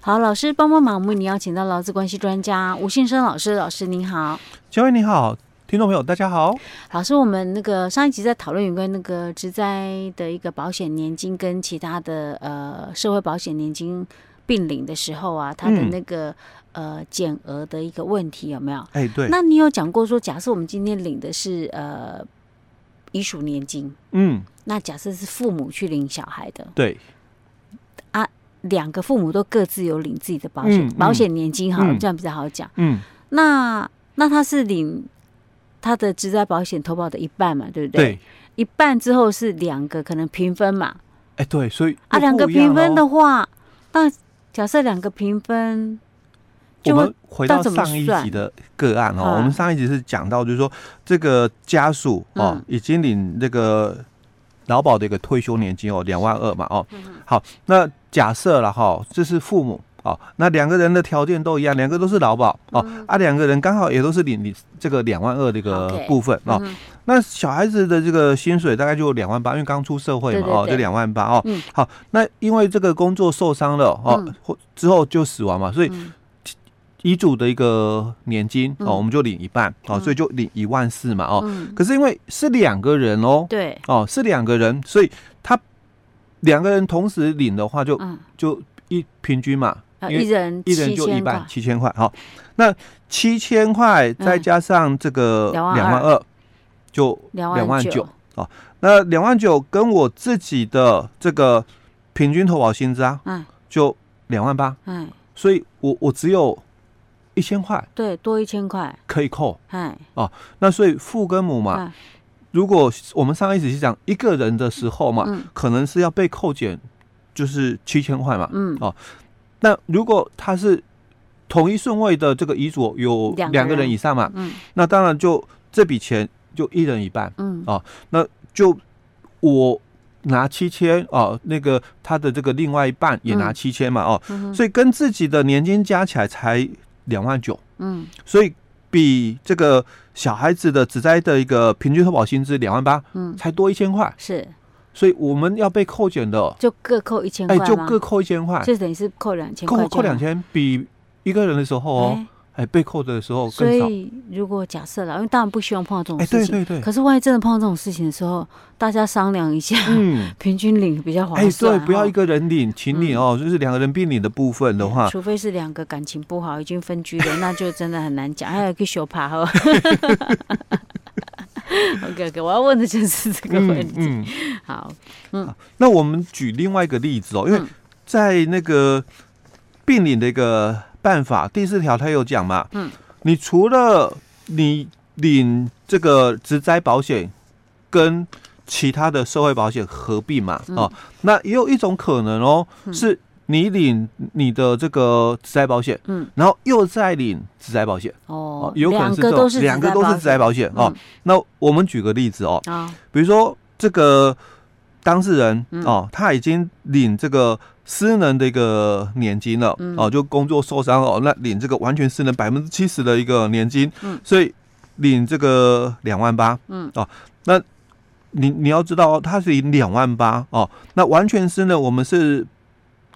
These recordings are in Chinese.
好，老师帮帮忙，我们你邀请到劳资关系专家吴信生老师，老师您好。嘉惠你好，听众朋友大家好。老师，我们那个上一集在讨论有关那个职灾的一个保险年金跟其他的呃社会保险年金并领的时候啊，它的嗯那个、呃减额的一个问题有没有？哎、对，那你有讲过说，假设我们今天领的是呃遗属年金，嗯，那假设是父母去领小孩的，对，两个父母都各自有领自己的保险、嗯嗯保险年金好了，嗯这样比较好讲。嗯，那那他是领他的职灾保险投保的一半嘛，对不对？对，一半之后是两个可能平分嘛，哎、对，所以啊，又两个不一样哦平分的咯，话，那假设两个平分，就我会们回到那怎么上一算集的个案哦，啊我们上一集是讲到就是说这个家属哦、嗯已经领这个劳保的一个退休年金哦，两万二嘛嗯哦，好，那假设了哈、这是父母。哦，那两个人的条件都一样，两个都是劳保哦，嗯啊，两个人刚好也都是领领这个两万二这个 OK，部分哦，嗯那小孩子的这个薪水大概就两万八，因为刚出社会嘛，对对哦，对就两万八哦。嗯好，那因为这个工作受伤了哦嗯，或、之后就死亡嘛，所以嗯遗嘱的一个年金、嗯哦，我们就领一半哦，嗯所以就领一万四嘛哦。嗯，可是因为是两个人哦，对，哦是两个人，所以他两个人同时领的话就，嗯，就一平均嘛，啊因为一人一人七就一千半块，七千块，好，那七千块再嗯加上这个22,000两万二，就两两万九九，那两万九跟我自己的这个平均投保薪资啊，嗯就两万八，哎，所以我我只有一千块对，多一千块，可以扣。哎，那所以父跟母嘛，嗯如果我们上一集是讲一个人的时候嘛，嗯可能是要被扣减就是七千块嘛。嗯哦那如果他是同一顺位的这个遗嘱有两个人两个人以上嘛，嗯那当然就这笔钱就一人一半。嗯哦就我拿七千哦，那个他的这个另外一半也拿嗯七千嘛哦，嗯哼所以跟自己的年金加起来才两万九，嗯所以比这个小孩子的只在的一个平均投保薪资两万八嗯，才多一千块，是，所以我们要被扣减的，哦就各扣一千哎、块就吗各扣一千块，就等于是扣两千块扣就好，扣两千，比一个人的时候哦，哎。哎、被扣的时候所更少，以如果假设了，因为当然不希望碰到这种哎、事对情，对对，可是万一真的碰到这种事情的时候，大家商量一下，嗯。 平均领比较划哎，算哦。，对不要一个人领，请领哦，就是两个人并领的部分的话，除非嗯是两个感情不好，已经分居了，那就真的很难讲。还有一个修爬哦。OK OK，我要问的就是这个问题。嗯，好，那我们举另外一个例子哦，因为嗯在那个病理的一个办法第四条，它有讲嘛，嗯，你除了你领这个职灾保险跟其他的社会保险合并嘛，哦，那也有一种可能哦，是你领你的这个职灾保险，嗯，然后又再领职灾保险，哦，有可能是两个这种都是两个都是职灾吧？保险哦。那我们举个例子哦，啊，比如说这个当事人、嗯哦，他已经领这个失能的一个年金了、嗯哦，就工作受伤哦，那领这个完全失能百分之七十的一个年金，嗯所以领这个两万八，嗯哦，那你你要知道哦，他是领两万八哦，那完全失能我们是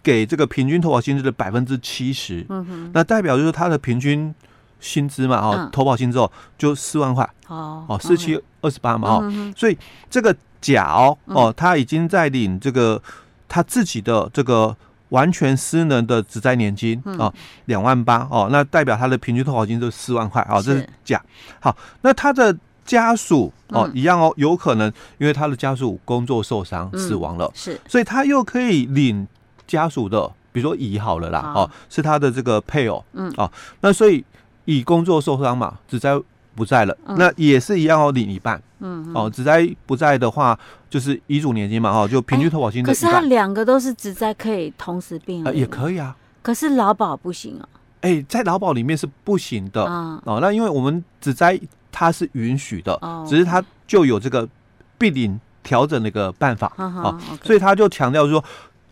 给这个平均投保薪资的百分之七十，嗯哼，那代表就是他的平均薪资嘛哦，嗯投保薪资哦就四万块哦，哦，四七二十八嘛哦，嗯哼所以这个甲哦，嗯哦他已经在领这个他自己的这个完全失能的职灾年金嗯啊，两、万八哦，那代表他的平均投保金就四万块啊，这是是甲。好，那他的家属哦嗯，一样哦，有可能因为他的家属工作受伤嗯死亡了，是所以他又可以领家属的，比如说乙好了啦，好哦，是他的这个配偶，啊嗯哦，那所以乙工作受伤嘛，只在不在了，嗯那也是一样哦，领一半。嗯哼哦，只在不在的话，就是遗嘱年金嘛，哈、哦就平均投保金的哎可一是他半，两个都是只在可以同时并呃，领，也可以啊。可是劳保不行哦。哎、在劳保里面是不行的、啊，哦。那因为我们只在它是允许的，哦只是它就有这个必领调整的一个办法，哈哦哈，所以以他就强调说，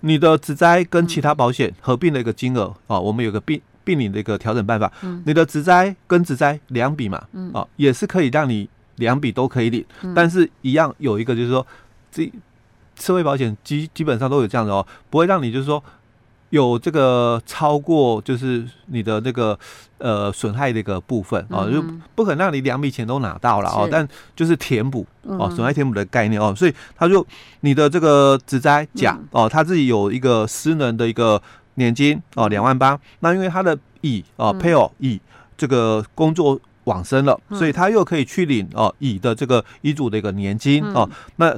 你的只灾跟其他嗯保险合并的一个金额啊、哦，我们有个并并领的一个调整办法，嗯你的只灾跟只灾两笔嘛，嗯啊，也是可以让你两笔都可以领，嗯但是一样有一个就是说，这社会保险基基本上都有这样的哦，不会让你就是说有这个超过就是你的那个呃损害的一个部分哦，就嗯不可能让你两笔钱都拿到了哦是，但就是填补哦，嗯损害填补的概念哦，所以他就你的这个职灾甲嗯哦，他自己有一个私人的一个年金哦，两万八，那因为他的乙哦嗯配偶乙这个工作。往生了，所以他又可以去领哦乙的这个遗嘱的一个年金嗯哦，那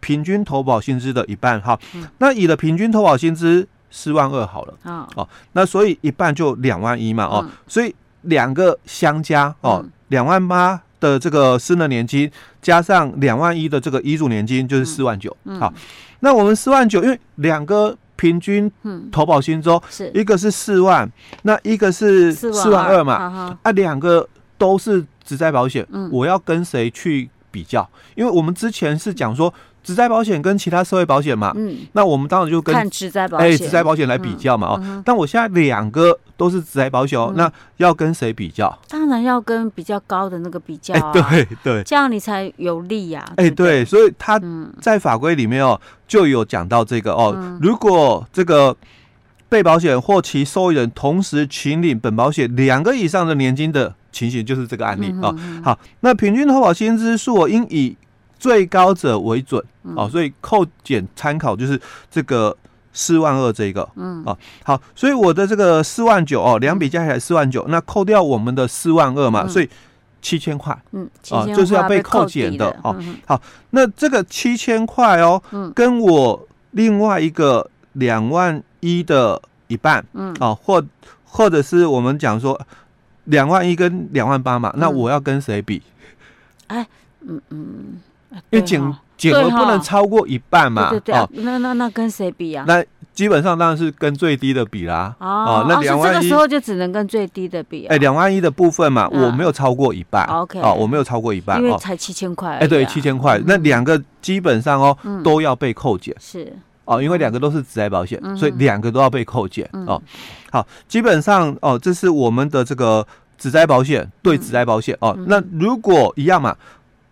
平均投保薪资的一半哈嗯，那乙的平均投保薪资四万二好了。哦，那所以一半就两万一嘛，哦，嗯所以两个相加哦嗯，两、万八的这个私人年金加上两万一的这个遗嘱年金就是四万九、嗯好，那我们四万九，因为两个平均嗯，投保薪周，是一个是四万，那一个是四万二嘛，好好，啊，两个都是职灾保险，嗯我要跟谁去比较？因为我们之前是讲说职灾保险跟其他社会保险嘛，嗯，那我们当然就跟看职灾保险，哎，职灾保险来比较嘛哦。嗯哼但我现在两个都是职灾保险哦，嗯那要跟谁比较？当然要跟比较高的那个比较、哎、啊，，对对，这样你才有利呀、哎、不对，对，所以他嗯在法规里面哦就有讲到这个哦，嗯如果这个。被保险或其受益人同时请领本保险两个以上的年金的情形，就是这个案例嗯哦。哼好，那平均投保薪资数哦应以最高者为准嗯哦，所以扣减参考就是这个四万二这个嗯，哦，好，所以我的这个四万九哦，两笔加起来四万九，那扣掉我们的四万二嘛，嗯所以七千块。嗯，期啊间就是要花被被扣抵减的了哦，嗯那这个七千块哦，嗯跟我另外一个两万一的一半嗯啊，或或者是我们讲说两万一跟两万八嘛，那嗯我要跟谁比？嗯嗯，嗯因为对减哈减额对不哈能超过一半嘛，对对对，哦，那那那跟谁比啊？那基本上当然是跟最低的比啦。哦，哦那所以两万这个一时候就只能跟最低的比啊哎，，两万一的部分嘛，嗯我没有超过一半。 OK 哦，我没有超过一半因为哦。才七千块而已啊，哎，对，七千块，那两个基本上哦嗯都要被扣减是哦，因为两个都是职业保险，嗯所以两个都要被扣减嗯哦。好，基本上哦，这是我们的这个职业保险对职业保险哦嗯。那如果一样嘛，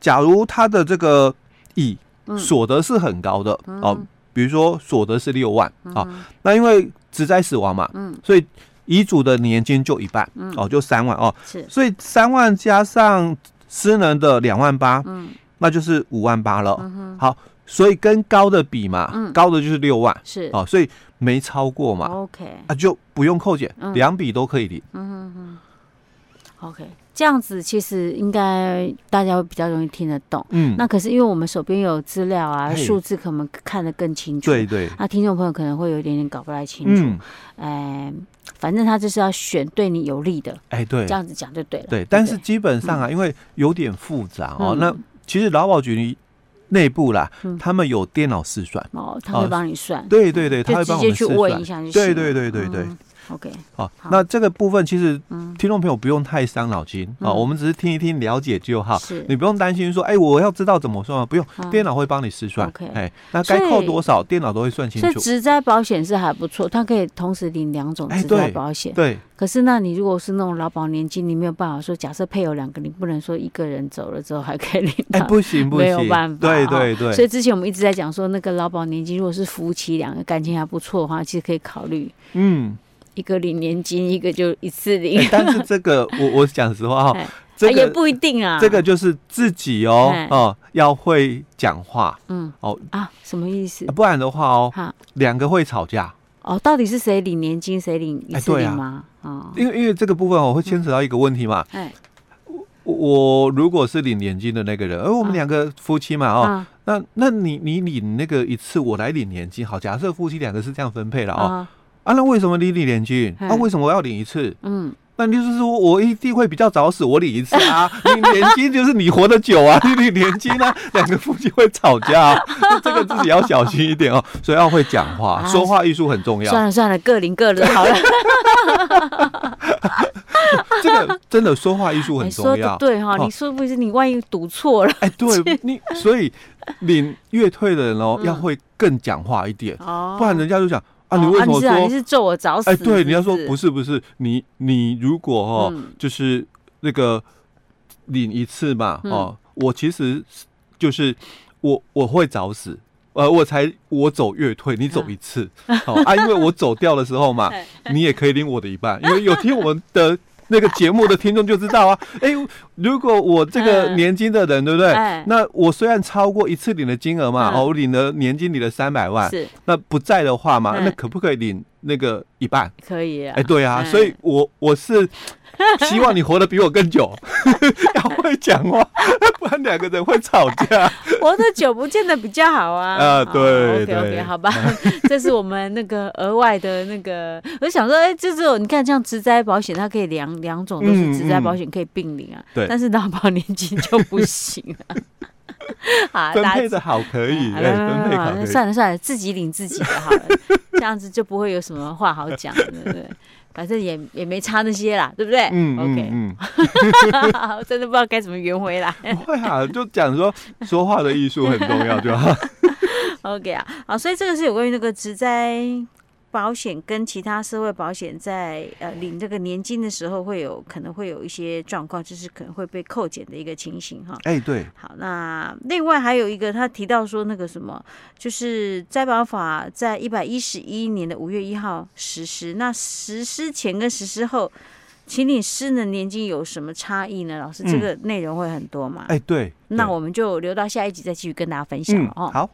假如他的这个乙嗯所得是很高的哦嗯，比如说所得是六万哦，嗯那因为职灾死亡嘛，嗯所以遗嘱的年金就一半嗯哦，就三万哦。是所以三万加上私人的两万八，嗯那就是五万八了。嗯哼好，所以跟高的比嘛，嗯高的就是六万是哦，所以没超过嘛， OK 啊就不用扣减，嗯两、笔都可以领。 OK，这样子其实应该大家会比较容易听得懂。嗯，那可是因为我们手边有资料啊，嘿数字可能看得更清楚。对对，那听众朋友可能会有一点点搞不太清楚。嗯，哎，反正他就是要选对你有利的，哎、对这样子讲就对了。对，不但是基本上啊，因为有点复杂哦，嗯那其实劳保局内部啦，嗯他们有电脑试算。哦，他会哦帮你算，对对对，他嗯就会直帮我接们去试问算一。下就行了。对对对对对，嗯 OK，好，好那这个部分其实嗯，听众朋友不用太伤脑筋啊、嗯我们只是听一听了解就好。是你不用担心说，哎、我要知道怎么算吗？不用，嗯电脑会帮你试算。 OK 哎、那该所扣以多少，电脑都会算清所以楚。职灾保险是还不错，它可以同时领两种哎职灾对保险。对，可是，那你如果是那种劳保年金，你没有办法说，假设配偶两个，你不能说一个人走了之后还可以领哎、到。不行不啊没有行，办法对哦对对，所以之前我们一直在讲说，那个劳保年金，如果是夫妻两个感情还不错的话，其实可以考虑 嗯、一个领年金，一个就一次领 哎，但是这个，我我讲实话哈、哦哎这啊也个、不一定啊。这个就是自己哦哎哦、要会讲话，嗯哦啊，什么意思？不然的话哦，哈两个会吵架。哦，到底是谁领年金，谁领一哎次对领啊吗？哦，因为因为这个部分我会牵扯到一个问题嘛，哎我我如果是领年金的那个人，而、哎我们啊两个夫妻嘛哦，啊那那你你领那个一次，我来领年金，好，假设夫妻两个是这样分配了哦，啊啊，那为什么你领年金？嘿啊，为什么我要领一次？嗯，那你就是说我一定会比较早死，我领一次 啊，领年金就是你活得久啊，你领年金啊，两个夫妻会吵架、啊，那这个自己要小心一点哦，所以要会讲话，啊说话艺术很重要算。了算了，各领各的好 了。这个真的说话艺术哎很说重的要。对哈，哦你说不是你万一赌错了哎， 对你，所以领月退的人哦，要会更讲话一点，嗯哦不然人家就想啊，你哦为什么是啊说你是咒我早死？哎，对，你要说不是是不是，你你如果哦，嗯就是那个领一次嘛，嗯哦，我其实是就是我我会早死，呃，我才我走月退，你嗯走一次，好、啊，因为我走掉的时 候嘛，你也可以领我的一半，因为有听我们的那个节目的听众就知道啊，哎、如果我这个嗯年金的人，对不对？哎那我虽然超过一次领的金额嘛，嗯哦，我领了年金领了三百万，是那不在的话嘛，嗯那可不可以领那个一半？可以啊。哎、对啊，嗯所以我 我是希望你活得比我更久， 要会讲话，不然两个人会吵 架。活得久不见得比较好啊。啊对 o k OK，对好吧，这是我们那个额外的那个，我想说，哎、这种你看，像植栽保险，它可以两两种都嗯是植栽嗯保险可以并领啊，对但是劳保年金就不行了。好啊，分大配家。嗯的好可以，好哎、了分配好好了可以。算了算了，自己领自己的好了，这样子就不会有什么话好讲，对不对？反正也也没差那些啦，对不对？嗯 OK，嗯 我真的不知道该怎么圆回来。嗯，不会啊，就讲说说话的艺术很重要，就好。 OK 啊，好，所以这个是有关于那个职灾保险跟其他社会保险在呃领这个年金的时候，会有可能会有一些状况，就是可能会被扣减的一个情形哈。 哎、对，好，那另外还有一个，他提到说那个什么，就是灾保法在一百一十一年的五月一号实施，那实施前跟实施后，请领失能年金有什么差异呢？老师，这嗯个内容会很多嘛？哎、对。 那对我们就留到下一集再继续跟大家分享嗯了哦。好。